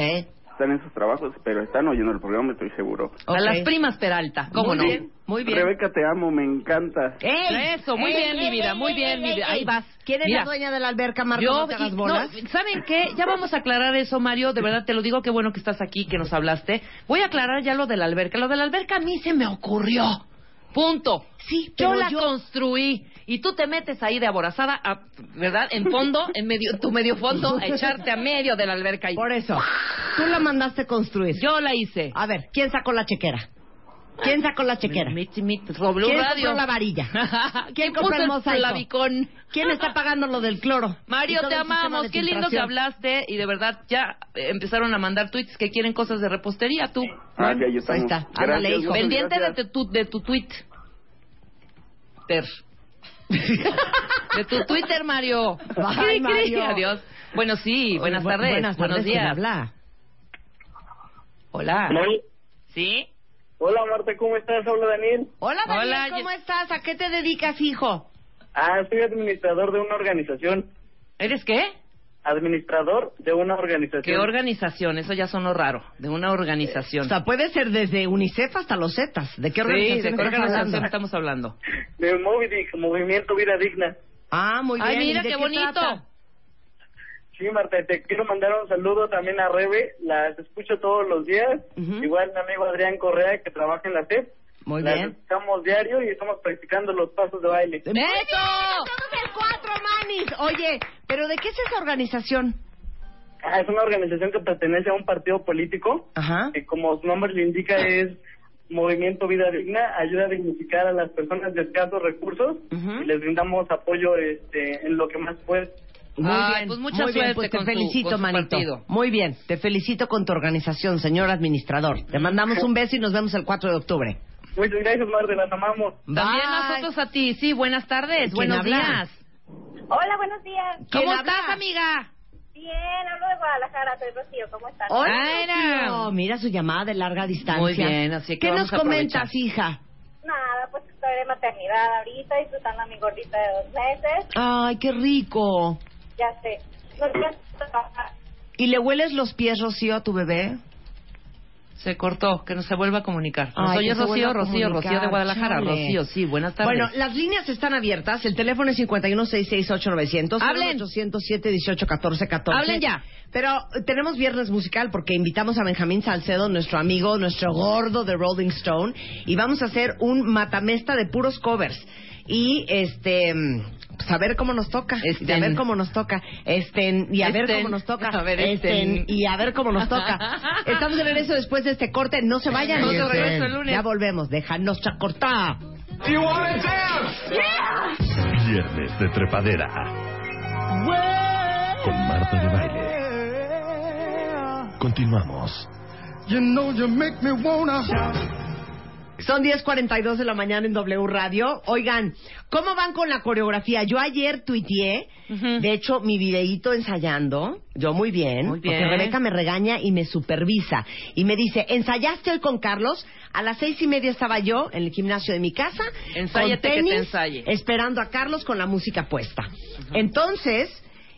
Speaker 12: están en sus trabajos, pero están oyendo el programa, estoy seguro.
Speaker 6: A las primas Peralta, ¿cómo
Speaker 12: Muy
Speaker 6: no?
Speaker 12: bien.
Speaker 6: Muy bien.
Speaker 12: Rebeca, te amo, me encantas.
Speaker 6: ¡Ey! Eso, muy
Speaker 12: ¡Ey,
Speaker 6: bien,
Speaker 12: ey,
Speaker 6: mi vida,
Speaker 12: ey,
Speaker 6: muy
Speaker 12: ey,
Speaker 6: bien, mi
Speaker 12: ey,
Speaker 6: vida.
Speaker 12: ey!
Speaker 6: Ahí vas.
Speaker 1: ¿Quién es
Speaker 6: Mira,
Speaker 1: la dueña de la alberca, Marta? no te hagas
Speaker 6: y- no,
Speaker 1: bolas.
Speaker 6: ¿Saben qué? Ya vamos a aclarar eso, Mario. De verdad te lo digo, qué bueno que estás aquí, que nos hablaste. Voy a aclarar ya lo de la alberca. Lo de la alberca a mí se me ocurrió. Punto. Sí, yo
Speaker 9: pero
Speaker 6: la
Speaker 9: yo-
Speaker 6: construí. Y tú te metes ahí de aborazada, a- ¿verdad? En fondo, en medio, tu medio fondo, a echarte a medio de la alberca. Por
Speaker 1: eso. Tú la mandaste construir.
Speaker 6: Yo la hice.
Speaker 1: A ver, ¿quién sacó la chequera? ¿Quién sacó la chequera? ¿Quién
Speaker 6: Radio.
Speaker 1: compró la varilla?
Speaker 6: ¿Quién,
Speaker 1: ¿Quién
Speaker 6: puso
Speaker 1: compró el
Speaker 6: el
Speaker 1: mosaico?
Speaker 6: flavicón?
Speaker 1: ¿Quién está pagando lo del cloro? Y
Speaker 6: Mario,
Speaker 1: todo
Speaker 6: te
Speaker 1: el sistema
Speaker 6: amamos.
Speaker 1: de
Speaker 6: Qué lindo que
Speaker 1: filtración.
Speaker 6: hablaste. Y de verdad, ya eh, empezaron a mandar tweets que quieren cosas de repostería. Tú.
Speaker 12: Ah, ya, ya estamos.
Speaker 1: ahí está.
Speaker 12: Gracias,
Speaker 1: Ándale, hijo.
Speaker 12: muchas
Speaker 6: Pendiente
Speaker 12: gracias.
Speaker 6: de tu, de tu tweet. Ter. de tu Twitter, Mario.
Speaker 1: Bye,
Speaker 6: Cri, cri.
Speaker 1: Mario.
Speaker 6: Adiós. Bueno, sí. Buenas
Speaker 1: Bu-
Speaker 6: tardes.
Speaker 1: Buenas tardes.
Speaker 6: Buenos
Speaker 1: ¿quién
Speaker 6: días.
Speaker 1: habla?
Speaker 6: Hola. ¿Sí?
Speaker 13: Hola Marta, ¿cómo estás? Hola Daniel.
Speaker 1: Hola, Daniel,
Speaker 13: Hola,
Speaker 1: ¿cómo estás? ¿A qué te dedicas, hijo?
Speaker 13: Ah, soy administrador de una organización.
Speaker 6: ¿Eres qué?
Speaker 13: Administrador de una organización.
Speaker 6: ¿Qué organización? Eso ya sonó raro. De una organización.
Speaker 1: O sea, puede ser desde UNICEF hasta los Zetas. ¿De qué organización,
Speaker 6: sí, ¿de qué
Speaker 1: estás
Speaker 6: organización
Speaker 1: hablando?
Speaker 6: estamos hablando?
Speaker 13: De Movidic, Movimiento Vida Digna.
Speaker 1: Ah, muy bien.
Speaker 6: Ay,
Speaker 1: ¿y
Speaker 6: mira
Speaker 1: de
Speaker 6: qué bonito.
Speaker 1: trata?
Speaker 13: Sí, Marta, te quiero mandar un saludo también a Rebe, las escucho todos los días. Igual mi amigo Adrián Correa, que trabaja en la TEP.
Speaker 1: Muy
Speaker 13: las
Speaker 1: bien.
Speaker 13: escuchamos diario y estamos practicando los pasos de baile.
Speaker 1: ¡Eh, Estamos en cuatro manis. Oye, ¿pero de qué es esa organización?
Speaker 13: Ah, es una organización que pertenece a un partido político
Speaker 1: Ajá. Ah.
Speaker 13: que como su nombre lo indica es Movimiento Vida Digna, ayuda a dignificar a las personas de escasos recursos y les brindamos apoyo este, en lo que más puede.
Speaker 1: Muy
Speaker 6: Ay,
Speaker 1: bien,
Speaker 6: pues mucha
Speaker 1: muy bien,
Speaker 6: suerte
Speaker 1: pues te
Speaker 6: con tu-
Speaker 1: felicito,
Speaker 6: con tu
Speaker 1: manito.
Speaker 6: partido.
Speaker 1: Muy bien, te felicito con tu organización, señor administrador. Te mandamos un beso y nos vemos el 4 de octubre.
Speaker 13: Muchas gracias, Marta, las amamos.
Speaker 6: También
Speaker 1: Bye.
Speaker 6: nosotros a ti. Sí, buenas tardes.
Speaker 1: ¿Quién
Speaker 6: Buenos
Speaker 1: habla?
Speaker 6: días.
Speaker 14: Hola, buenos días.
Speaker 6: ¿Cómo estás, amiga?
Speaker 14: Bien, hablo de Guadalajara, soy Rocío, ¿cómo estás?
Speaker 1: Hola, Rocío. Mira su llamada de larga distancia.
Speaker 6: Muy bien, así que
Speaker 1: ¿Qué
Speaker 6: vamos
Speaker 1: nos
Speaker 6: a aprovechar.
Speaker 1: comentas, hija?
Speaker 14: Nada, pues estoy de maternidad ahorita, disfrutando a mi gordita de dos meses,
Speaker 1: Ay, qué rico.
Speaker 14: ya sé. No quiero trabajar.
Speaker 1: ¿Y le hueles los pies, Rocío, a tu bebé?
Speaker 6: Se cortó, que no se vuelva a comunicar. Nos
Speaker 1: Ay,
Speaker 6: oye
Speaker 1: que se
Speaker 6: Rocío,
Speaker 1: vuelva a
Speaker 6: Rocío,
Speaker 1: comunicar,
Speaker 6: Rocío de Guadalajara.
Speaker 1: chale.
Speaker 6: Rocío, sí, buenas tardes.
Speaker 1: Bueno, las líneas están abiertas. El teléfono es 51668900.
Speaker 6: Hablen.
Speaker 1: 807 1814 14.
Speaker 6: Hablen ya.
Speaker 1: Pero eh, tenemos viernes musical porque invitamos a Benjamín Salcedo, nuestro amigo, nuestro gordo de Rolling Stone, y vamos a hacer un matamesta de puros covers. Y este mm, pues a ver cómo nos toca, y a ver cómo nos toca, este y a ver
Speaker 6: Estén.
Speaker 1: cómo nos toca,
Speaker 6: A ver,
Speaker 1: Estén,
Speaker 6: estén.
Speaker 1: y a ver cómo nos toca. Estamos de regreso después de este corte, no se vayan.
Speaker 6: Estamos de regreso el lunes.
Speaker 1: Ya volvemos, déjanos cortar.
Speaker 2: Viernes de Trepadera. Con Marta de Baile. Continuamos.
Speaker 15: You know you make me wanna.
Speaker 1: Son 10:42 de la mañana en W Radio. Oigan, ¿cómo van con la coreografía? Yo ayer tuiteé, de hecho, mi videíto ensayando. Yo muy bien,
Speaker 6: Muy bien.
Speaker 1: porque Rebeca me regaña y me supervisa. Y me dice, ¿ensayaste hoy con Carlos? A las seis y media estaba yo en el gimnasio de mi casa.
Speaker 6: Ensáyate
Speaker 1: con
Speaker 6: que te
Speaker 1: tenis,
Speaker 6: ensaye.
Speaker 1: Esperando a Carlos con la música puesta. Entonces,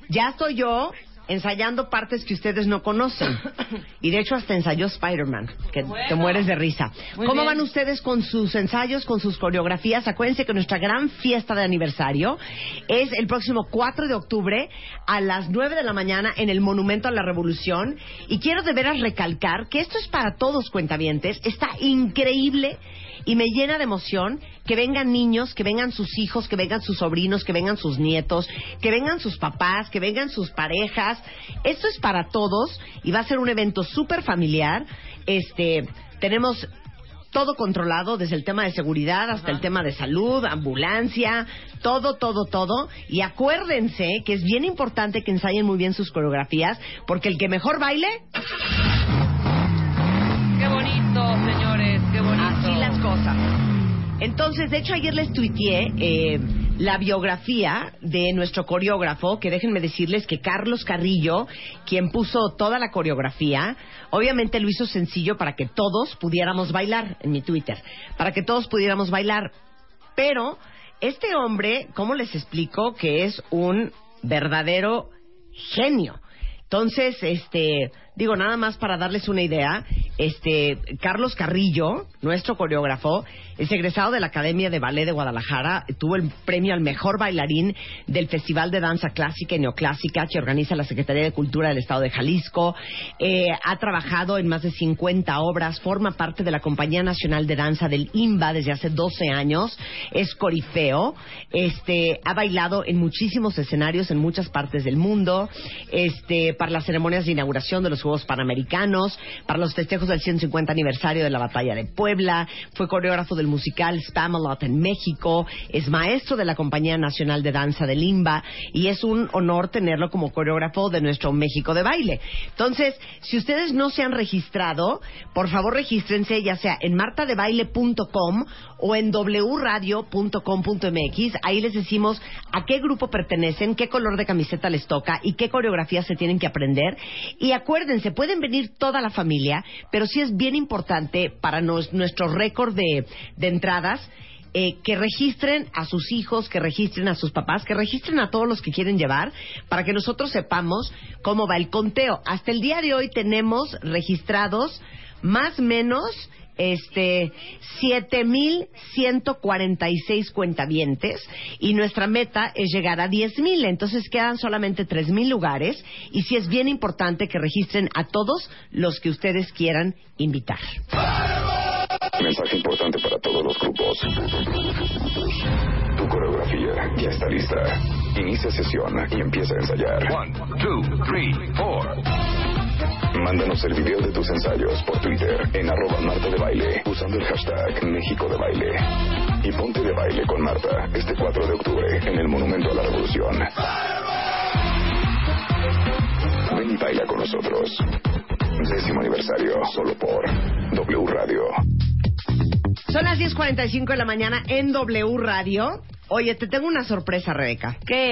Speaker 1: ya estoy yo ensayando partes que ustedes no conocen. Y de hecho hasta ensayó Spider-Man, que te
Speaker 6: Bueno.
Speaker 1: mueres de risa.
Speaker 6: Muy
Speaker 1: ¿Cómo
Speaker 6: bien.
Speaker 1: van ustedes con sus ensayos, con sus coreografías? Acuérdense que nuestra gran fiesta de aniversario es el próximo 4 de octubre a las 9 de la mañana en el Monumento a la Revolución. Y quiero de veras recalcar que esto es para todos cuentavientes. Está increíble y me llena de emoción que vengan niños, que vengan sus hijos, que vengan sus sobrinos, que vengan sus nietos, que vengan sus papás, que vengan sus parejas. Esto es para todos y va a ser un evento súper familiar. Este, tenemos todo controlado, desde el tema de seguridad hasta el tema de salud, ambulancia, todo, todo, todo. Y acuérdense que es bien importante que ensayen muy bien sus coreografías, porque el que mejor baile,
Speaker 6: Qué bonito, señores, qué bonito.
Speaker 1: así las cosas. Entonces, de hecho, ayer les tuiteé eh, la biografía de nuestro coreógrafo, que déjenme decirles que Carlos Carrillo, quien puso toda la coreografía, obviamente lo hizo sencillo para que todos pudiéramos bailar, en mi Twitter, para que todos pudiéramos bailar. Pero este hombre, ¿cómo les explico? Que es un verdadero genio. Entonces, este, digo, nada más para darles una idea, este, Carlos Carrillo, nuestro coreógrafo, es egresado de la Academia de Ballet de Guadalajara, tuvo el premio al mejor bailarín del Festival de Danza Clásica y Neoclásica que organiza la Secretaría de Cultura del Estado de Jalisco, Eh, ha trabajado en más de 50 obras, forma parte de la Compañía Nacional de Danza del IMBA desde hace 12 años, es corifeo, este, ha bailado en muchísimos escenarios en muchas partes del mundo, este, para las ceremonias de inauguración de los Juegos Panamericanos, para los festejos del 150 aniversario de la Batalla de Puebla, fue coreógrafo del musical Spamalot en México, es maestro de la Compañía Nacional de Danza del IMBA y es un honor tenerlo como coreógrafo de nuestro México de baile. Entonces, si ustedes no se han registrado, por favor regístrense ya sea en martadebaile.com o en wradio.com.mx. Ahí les decimos a qué grupo pertenecen, qué color de camiseta les toca y qué coreografía se tienen que aprender. Y acuérdense, pueden venir toda la familia, pero sí es bien importante para nos- nuestro récord de, de entradas. eh, que registren a sus hijos, que registren a sus papás, que registren a todos los que quieren llevar, para que nosotros sepamos cómo va el conteo. Hasta el día de hoy tenemos registrados más o menos este 7146 cuentavientes y nuestra meta es llegar a 10000, entonces quedan solamente 3000 lugares y sí es bien importante que registren a todos los que ustedes quieran invitar.
Speaker 3: Mensaje importante para todos los grupos. Tu coreografía ya está lista. Inicia sesión y empieza a ensayar. Mándanos el video de tus ensayos por Twitter en arroba Marta de Baile usando el hashtag México de Baile. Y ponte de baile con Marta este 4 de octubre en el Monumento a la Revolución. Ven y baila con nosotros. Décimo aniversario solo por W Radio.
Speaker 1: Son las 10.45 de la mañana en W Radio. Oye, te tengo una sorpresa, Rebeca. ¿Qué?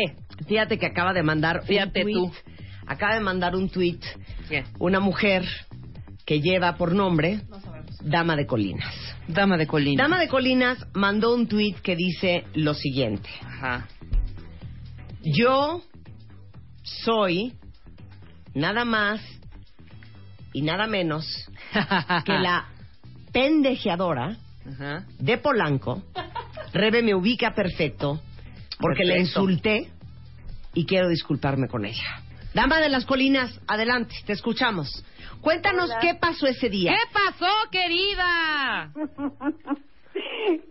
Speaker 1: Fíjate que acaba de mandar
Speaker 6: Fíjate
Speaker 1: un tweet.
Speaker 6: tú.
Speaker 1: Acaba de mandar un tweet una mujer que lleva por nombre Dama de Colinas.
Speaker 6: Dama de Colinas.
Speaker 1: Dama de Colinas mandó un tweet que dice lo siguiente.
Speaker 6: Ajá.
Speaker 1: Yo soy nada más y nada menos que la pendejeadora
Speaker 6: Ajá.
Speaker 1: de Polanco. Rebe me ubica perfecto porque la
Speaker 6: Perfecto.
Speaker 1: insulté y quiero disculparme con ella. Dama de las colinas, adelante, te escuchamos. Cuéntanos
Speaker 10: Hola.
Speaker 1: qué pasó ese día.
Speaker 6: ¿Qué pasó, querida?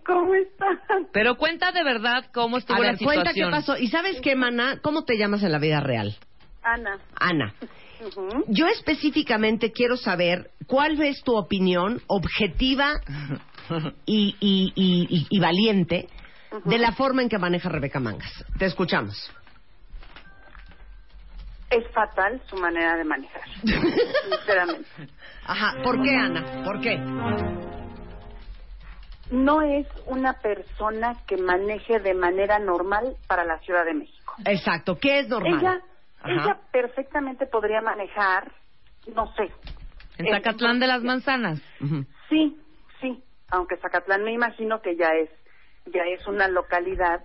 Speaker 10: ¿Cómo estás?
Speaker 6: Pero cuenta de verdad cómo estuvo
Speaker 1: A
Speaker 6: la
Speaker 1: ver,
Speaker 6: situación.
Speaker 1: cuenta qué pasó. ¿Y sabes qué, Mana? ¿Cómo te llamas en la vida real?
Speaker 10: Ana.
Speaker 1: Ana.
Speaker 10: Ujú.
Speaker 1: Yo específicamente quiero saber cuál es tu opinión objetiva y, y- y- y- y valiente de la forma en que maneja Rebeca Mangas. Te escuchamos.
Speaker 10: Es fatal su manera de manejar. Sinceramente.
Speaker 1: Ajá, ¿por qué, Ana? ¿Por qué?
Speaker 10: No es una persona que maneje de manera normal para la Ciudad de México.
Speaker 1: Exacto, ¿qué es normal?
Speaker 10: Ella,
Speaker 1: Ajá.
Speaker 10: ella perfectamente podría manejar, no sé.
Speaker 6: En Zacatlán de las Manzanas.
Speaker 10: Sí, sí. Aunque Zacatlán me imagino que ya es, ya es una localidad,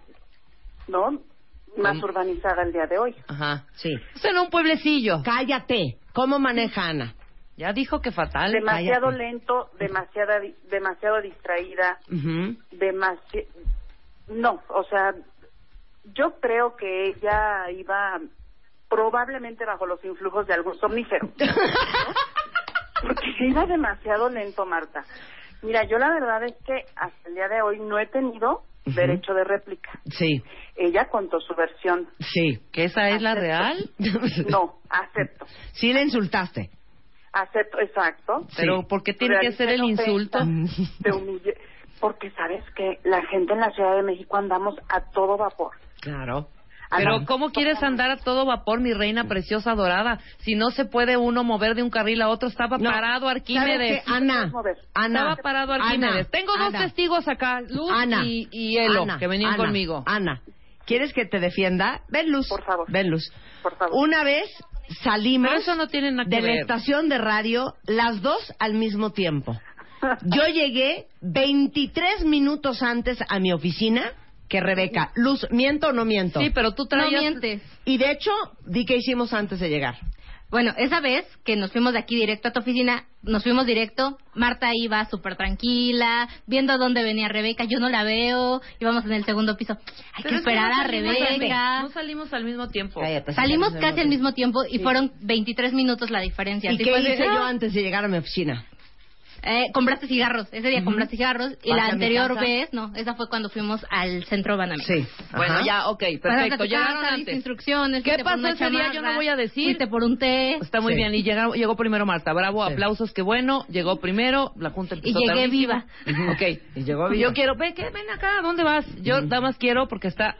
Speaker 10: ¿no? Más
Speaker 1: Am-
Speaker 10: urbanizada al día de hoy.
Speaker 1: Ajá, sí.
Speaker 6: Es en un pueblecillo.
Speaker 1: Cállate. ¿Cómo maneja Ana?
Speaker 6: Ya dijo que fatal.
Speaker 10: Demasiado lento, demasiada, di- demasiado distraída,
Speaker 1: Ujú.
Speaker 10: demasiado... No, o sea, yo creo que ella iba probablemente bajo los influjos de algún somnífero. ¿no? Porque se iba demasiado lento, Marta. Mira, yo la verdad es que hasta el día de hoy no he tenido
Speaker 1: Ujú.
Speaker 10: derecho de réplica.
Speaker 1: Sí,
Speaker 10: Ella contó su versión.
Speaker 1: sí.
Speaker 6: ¿Que esa es la real?
Speaker 10: No, acepto,
Speaker 1: Sí le insultaste.
Speaker 10: acepto, exacto.
Speaker 6: Pero ¿por qué tiene que
Speaker 10: Realicé
Speaker 6: ser el
Speaker 10: la ofensa.
Speaker 6: insulto?
Speaker 10: te humille. Porque sabes que la gente en la Ciudad de México andamos a todo vapor.
Speaker 1: Claro.
Speaker 6: Pero
Speaker 10: Andamos-
Speaker 6: ¿cómo quieres andar a todo vapor, mi reina preciosa dorada? Si no se puede uno mover de un carril a otro, estaba
Speaker 1: No,
Speaker 6: parado
Speaker 1: ¿sabes
Speaker 6: Arquímedes.
Speaker 1: qué, Ana,
Speaker 10: mover.
Speaker 1: Ana,
Speaker 6: Estaba parado Arquímedes.
Speaker 1: Ana,
Speaker 6: Tengo dos
Speaker 1: Ana.
Speaker 6: testigos acá, Luz
Speaker 1: Ana,
Speaker 6: y, y Elo,
Speaker 1: Ana,
Speaker 6: que venían
Speaker 1: Ana,
Speaker 6: conmigo.
Speaker 1: Ana, ¿quieres que te defienda? Ven luz. Por
Speaker 10: favor.
Speaker 1: Ven luz.
Speaker 10: Por favor.
Speaker 1: Una vez salimos
Speaker 6: Pero eso no tiene nada que
Speaker 1: de la
Speaker 6: ver.
Speaker 1: estación de radio, las dos al mismo tiempo. Yo llegué 23 minutos antes a mi oficina que Rebeca. Luz, ¿miento o no miento?
Speaker 6: Sí, pero tú
Speaker 9: No
Speaker 6: traías...
Speaker 9: mientes.
Speaker 1: Y de hecho, di que hicimos antes de llegar.
Speaker 9: Bueno, esa vez que nos fuimos de aquí directo a tu oficina, nos fuimos directo, Marta iba súper tranquila, viendo dónde venía Rebeca, yo no la veo, íbamos en el segundo piso, hay que
Speaker 6: Pero es que
Speaker 9: esperar
Speaker 6: no
Speaker 9: a
Speaker 6: salimos al
Speaker 9: Rebeca.
Speaker 6: mi- No salimos al mismo tiempo.
Speaker 9: Pues Salimos casi al mismo tiempo y fueron 23 minutos la diferencia.
Speaker 1: ¿Y
Speaker 9: Así
Speaker 1: qué
Speaker 9: fue de,
Speaker 1: hice yo
Speaker 9: "Ah".
Speaker 1: antes de llegar a mi oficina?
Speaker 9: Eh, compraste cigarros, ese día
Speaker 1: Ujú.
Speaker 9: compraste cigarros y
Speaker 1: Bajé
Speaker 9: la
Speaker 1: a mi
Speaker 9: anterior
Speaker 1: casa.
Speaker 9: vez, no, esa fue cuando fuimos al centro Banami. Sí.
Speaker 6: Bueno, ya, ok, perfecto. Llegaron antes.
Speaker 9: instrucciones.
Speaker 6: ¿Qué
Speaker 9: fuiste por
Speaker 6: pasó
Speaker 9: una
Speaker 6: ese día? Yo no
Speaker 9: chamarra,
Speaker 6: voy a decir.
Speaker 9: fuiste por un té.
Speaker 6: Está muy
Speaker 9: Sí.
Speaker 6: bien. Y llegaron- llegó primero Marta. Bravo, aplausos, qué bueno. Llegó primero, la junta
Speaker 9: Y
Speaker 6: empezó
Speaker 9: llegué
Speaker 6: tardísimo.
Speaker 9: viva.
Speaker 6: Ok.
Speaker 1: Y llegó
Speaker 6: Yo quiero, ve, ¿qué? ven acá, ¿a ¿dónde vas? Yo nada más quiero porque está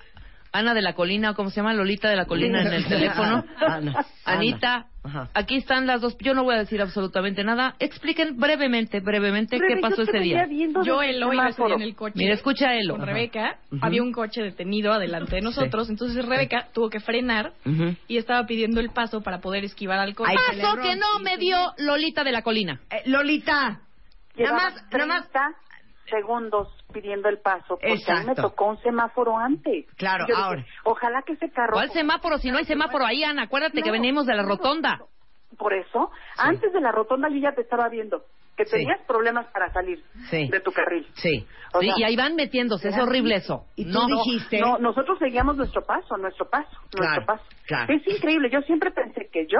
Speaker 6: Ana de la Colina, o ¿cómo se llama? Lolita de la Colina en el teléfono.
Speaker 1: Ana.
Speaker 6: Anita, aquí están las dos. Yo no voy a decir absolutamente nada. Expliquen brevemente, brevemente
Speaker 7: Rebe,
Speaker 6: qué
Speaker 7: yo
Speaker 6: pasó
Speaker 7: te
Speaker 6: ese
Speaker 7: veía
Speaker 6: día.
Speaker 7: viendo Yo desde el el hoy iba semáforo. en el coche.
Speaker 6: Mira, escucha a Elo.
Speaker 7: Con Rebeca
Speaker 6: Ujú.
Speaker 7: había un coche detenido adelante de nosotros, entonces Rebeca tuvo que frenar y estaba pidiendo el paso para poder esquivar al coche.
Speaker 6: Paso que no me dio Lolita de la Colina.
Speaker 1: Lolita.
Speaker 10: Nada más,
Speaker 6: nada
Speaker 10: segundos pidiendo el paso. Porque a mí me
Speaker 6: Exacto.
Speaker 10: tocó un semáforo antes.
Speaker 6: Claro,
Speaker 10: Yo dije,
Speaker 6: ahora.
Speaker 10: Ojalá que ese carro.
Speaker 6: ¿Cuál semáforo? Si no hay semáforo ahí, Ana, acuérdate que
Speaker 10: Claro,
Speaker 6: venimos de la
Speaker 10: claro.
Speaker 6: rotonda.
Speaker 10: Por eso, antes de la rotonda yo ya te estaba viendo que
Speaker 6: Sí.
Speaker 10: tenías problemas para salir
Speaker 6: Sí.
Speaker 10: de tu carril.
Speaker 1: Sí.
Speaker 10: O
Speaker 6: Sí,
Speaker 10: sea,
Speaker 6: y ahí van metiéndose, es
Speaker 10: era
Speaker 6: horrible
Speaker 10: así.
Speaker 6: eso.
Speaker 10: Y tú
Speaker 6: no, no,
Speaker 10: dijiste-
Speaker 6: no,
Speaker 10: No, nosotros seguíamos nuestro paso, nuestro paso, nuestro paso.
Speaker 1: claro.
Speaker 10: Es increíble, yo siempre pensé que yo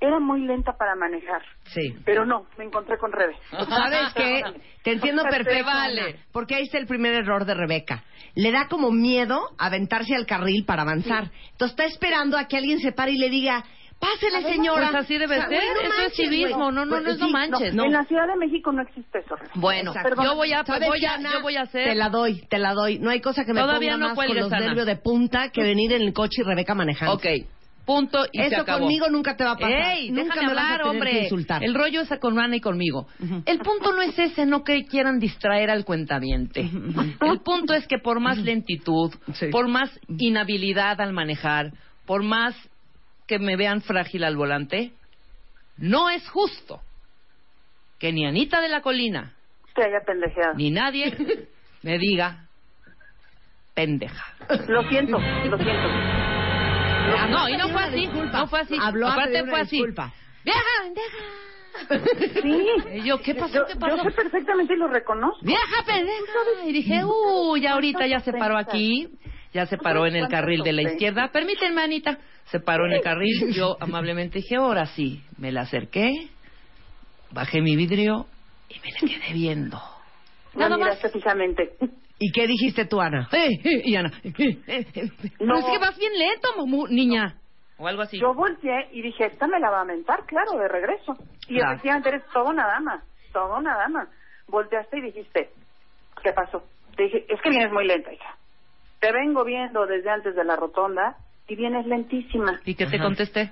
Speaker 10: era muy lenta para manejar,
Speaker 1: Sí.
Speaker 10: pero no, me encontré con Rebe.
Speaker 1: Pues, ¿Sabes qué? Te entiendo
Speaker 10: Se
Speaker 1: perfecto.
Speaker 10: vale.
Speaker 1: Ana, Porque ahí está el primer error de Rebeca. Le da como miedo aventarse al carril para avanzar. Entonces está esperando a que alguien se pare y le diga, pásele, señora.
Speaker 6: Pues así debe
Speaker 1: O sea,
Speaker 6: ser,
Speaker 1: güey, no
Speaker 6: eso es
Speaker 1: manches,
Speaker 6: civismo,
Speaker 1: güey.
Speaker 6: no, no,
Speaker 1: Pues
Speaker 6: no es
Speaker 1: sí,
Speaker 6: no manches.
Speaker 10: En la Ciudad de México no existe eso. Rebe.
Speaker 6: Bueno,
Speaker 10: Perdón.
Speaker 6: yo voy a,
Speaker 1: ¿Sabes
Speaker 6: voy
Speaker 1: qué,
Speaker 6: a,
Speaker 1: Ana?
Speaker 6: yo voy a hacer.
Speaker 1: Te la doy, te la doy. No hay cosa que me
Speaker 6: Todavía
Speaker 1: ponga
Speaker 6: no
Speaker 1: más
Speaker 6: cuelgues,
Speaker 1: con los
Speaker 6: Ana.
Speaker 1: nervios de punta que venir en el coche y Rebeca manejando.
Speaker 6: Ok, punto y se
Speaker 1: Eso
Speaker 6: acabó.
Speaker 1: conmigo nunca te va a pasar.
Speaker 6: Ey,
Speaker 1: nunca
Speaker 6: déjame
Speaker 1: me vas a
Speaker 6: hablar,
Speaker 1: tener
Speaker 6: hombre.
Speaker 1: que insultar.
Speaker 6: El rollo es con Ana y conmigo. El punto no es ese, no que quieran distraer al cuentaviente. El punto es que por más lentitud, por más inhabilidad al manejar, por más que me vean frágil al volante, no es justo que ni Anita de la Colina
Speaker 10: Te haya pendejeado.
Speaker 6: ni nadie me diga pendeja.
Speaker 10: Lo siento, lo siento.
Speaker 6: Ah, no, y no
Speaker 1: Habló
Speaker 6: fue
Speaker 1: a pedir una
Speaker 6: así,
Speaker 1: disculpa.
Speaker 6: no fue así.
Speaker 1: Habló a
Speaker 6: Aparte
Speaker 1: pedir una
Speaker 6: fue así.
Speaker 1: disculpa.
Speaker 6: ¡Vieja, pendeja!
Speaker 10: Sí.
Speaker 6: Yo, ¿qué pasó?
Speaker 10: Yo,
Speaker 6: ¿Qué
Speaker 10: yo
Speaker 6: pasó?
Speaker 10: sé perfectamente y lo reconozco.
Speaker 6: ¡Vieja, pendeja! Y dije, uy, ahorita ya se paró aquí. Ya se paró en el
Speaker 10: cuántas
Speaker 6: carril de la
Speaker 10: ofensas.
Speaker 6: izquierda. Permítanme, Anita. Se paró en el carril. Yo amablemente dije, ahora sí. Me la acerqué, bajé mi vidrio y me la quedé viendo.
Speaker 10: La
Speaker 6: Nada más.
Speaker 10: miraste fijamente.
Speaker 1: ¿Y qué dijiste tú, Ana?
Speaker 6: Eh, eh, y Ana, eh, eh, eh,
Speaker 10: No.
Speaker 6: pero es que vas bien lento, mumu, niña. O algo así.
Speaker 10: Yo volteé y dije, esta me la va a mentar, claro, de regreso. Y
Speaker 6: Claro.
Speaker 10: efectivamente eres toda una dama, toda una dama. Volteaste y dijiste, ¿qué pasó? Te dije, es que vienes muy lenta, hija. Te vengo viendo desde antes de la rotonda y vienes lentísima.
Speaker 6: ¿Y qué te contesté?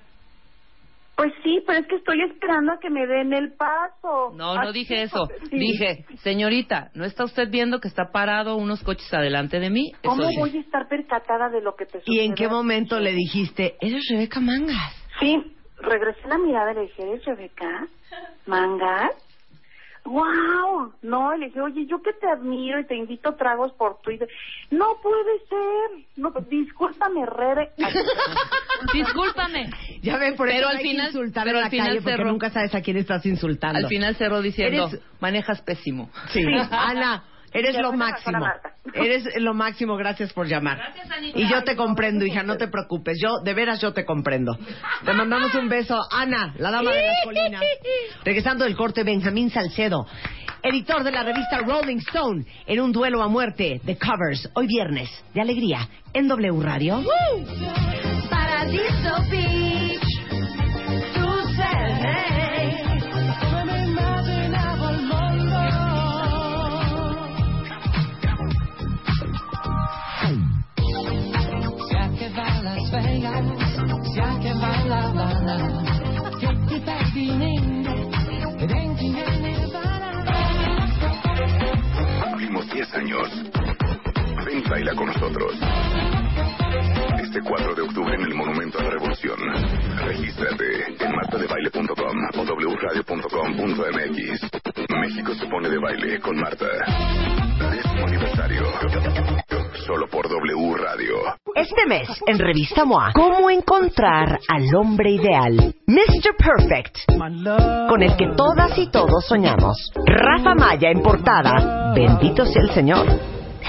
Speaker 10: Pues sí, pero es que estoy esperando a que me den el paso.
Speaker 6: No, no
Speaker 10: Así,
Speaker 6: dije eso.
Speaker 10: Ah, sí.
Speaker 6: Dije, señorita, ¿no está usted viendo que está parado unos coches adelante de mí? Eso
Speaker 10: ¿Cómo
Speaker 6: dije.
Speaker 10: voy a estar percatada de lo que te sucede?
Speaker 1: ¿Y en qué momento le dijiste, eres Rebeca Mangas?
Speaker 10: Sí, regresé la mirada y le dije, ¿eres Rebeca? ¿Mangas? ¡Wow! No, le dije, oye, yo que te admiro y te invito tragos por Twitter. No puede ser. No, pues, discúlpame, Rebe.
Speaker 6: Discúlpame.
Speaker 1: Ya ven, por
Speaker 6: Pero
Speaker 1: eso
Speaker 6: al
Speaker 1: no hay que
Speaker 6: final-
Speaker 1: insultar en
Speaker 6: pero al
Speaker 1: la
Speaker 6: final
Speaker 1: calle porque
Speaker 6: cerró.
Speaker 1: nunca sabes a quién estás insultando.
Speaker 6: Al final cerró diciendo,
Speaker 1: Eres-
Speaker 6: manejas pésimo.
Speaker 1: Sí, Ana, eres
Speaker 6: Ya
Speaker 1: lo
Speaker 6: fue la razón
Speaker 1: máximo.
Speaker 6: a Marta.
Speaker 1: Eres lo máximo, gracias por llamar.
Speaker 6: Gracias, Anita.
Speaker 1: y yo te comprendo, hija, no te preocupes. Yo, de veras, yo te comprendo. Te mandamos un beso. Ana, la dama de las colinas. Regresando del corte, Benjamín Salcedo, editor de la revista Rolling Stone, en un duelo a muerte de covers, hoy viernes, de alegría, en W Radio.
Speaker 4: Paradiso Beach, tu seré. No me imaginaba el mundo. Ya que va a Las Vegas, ya que va la la la. Ya que está viniendo, ven que ya
Speaker 3: Cumplimos 10 años. Ven y baila con nosotros. Este 4 de octubre en el Monumento a la Revolución. Regístrate en martadebaile.com o wradio.com.mx. México se pone de baile con Marta. Décimo aniversario. Solo por W Radio.
Speaker 1: Este mes, en Revista MOA, ¿cómo encontrar al hombre ideal? Mr. Perfect, con el que todas y todos soñamos. Rafa Maya en portada. Bendito sea el Señor. De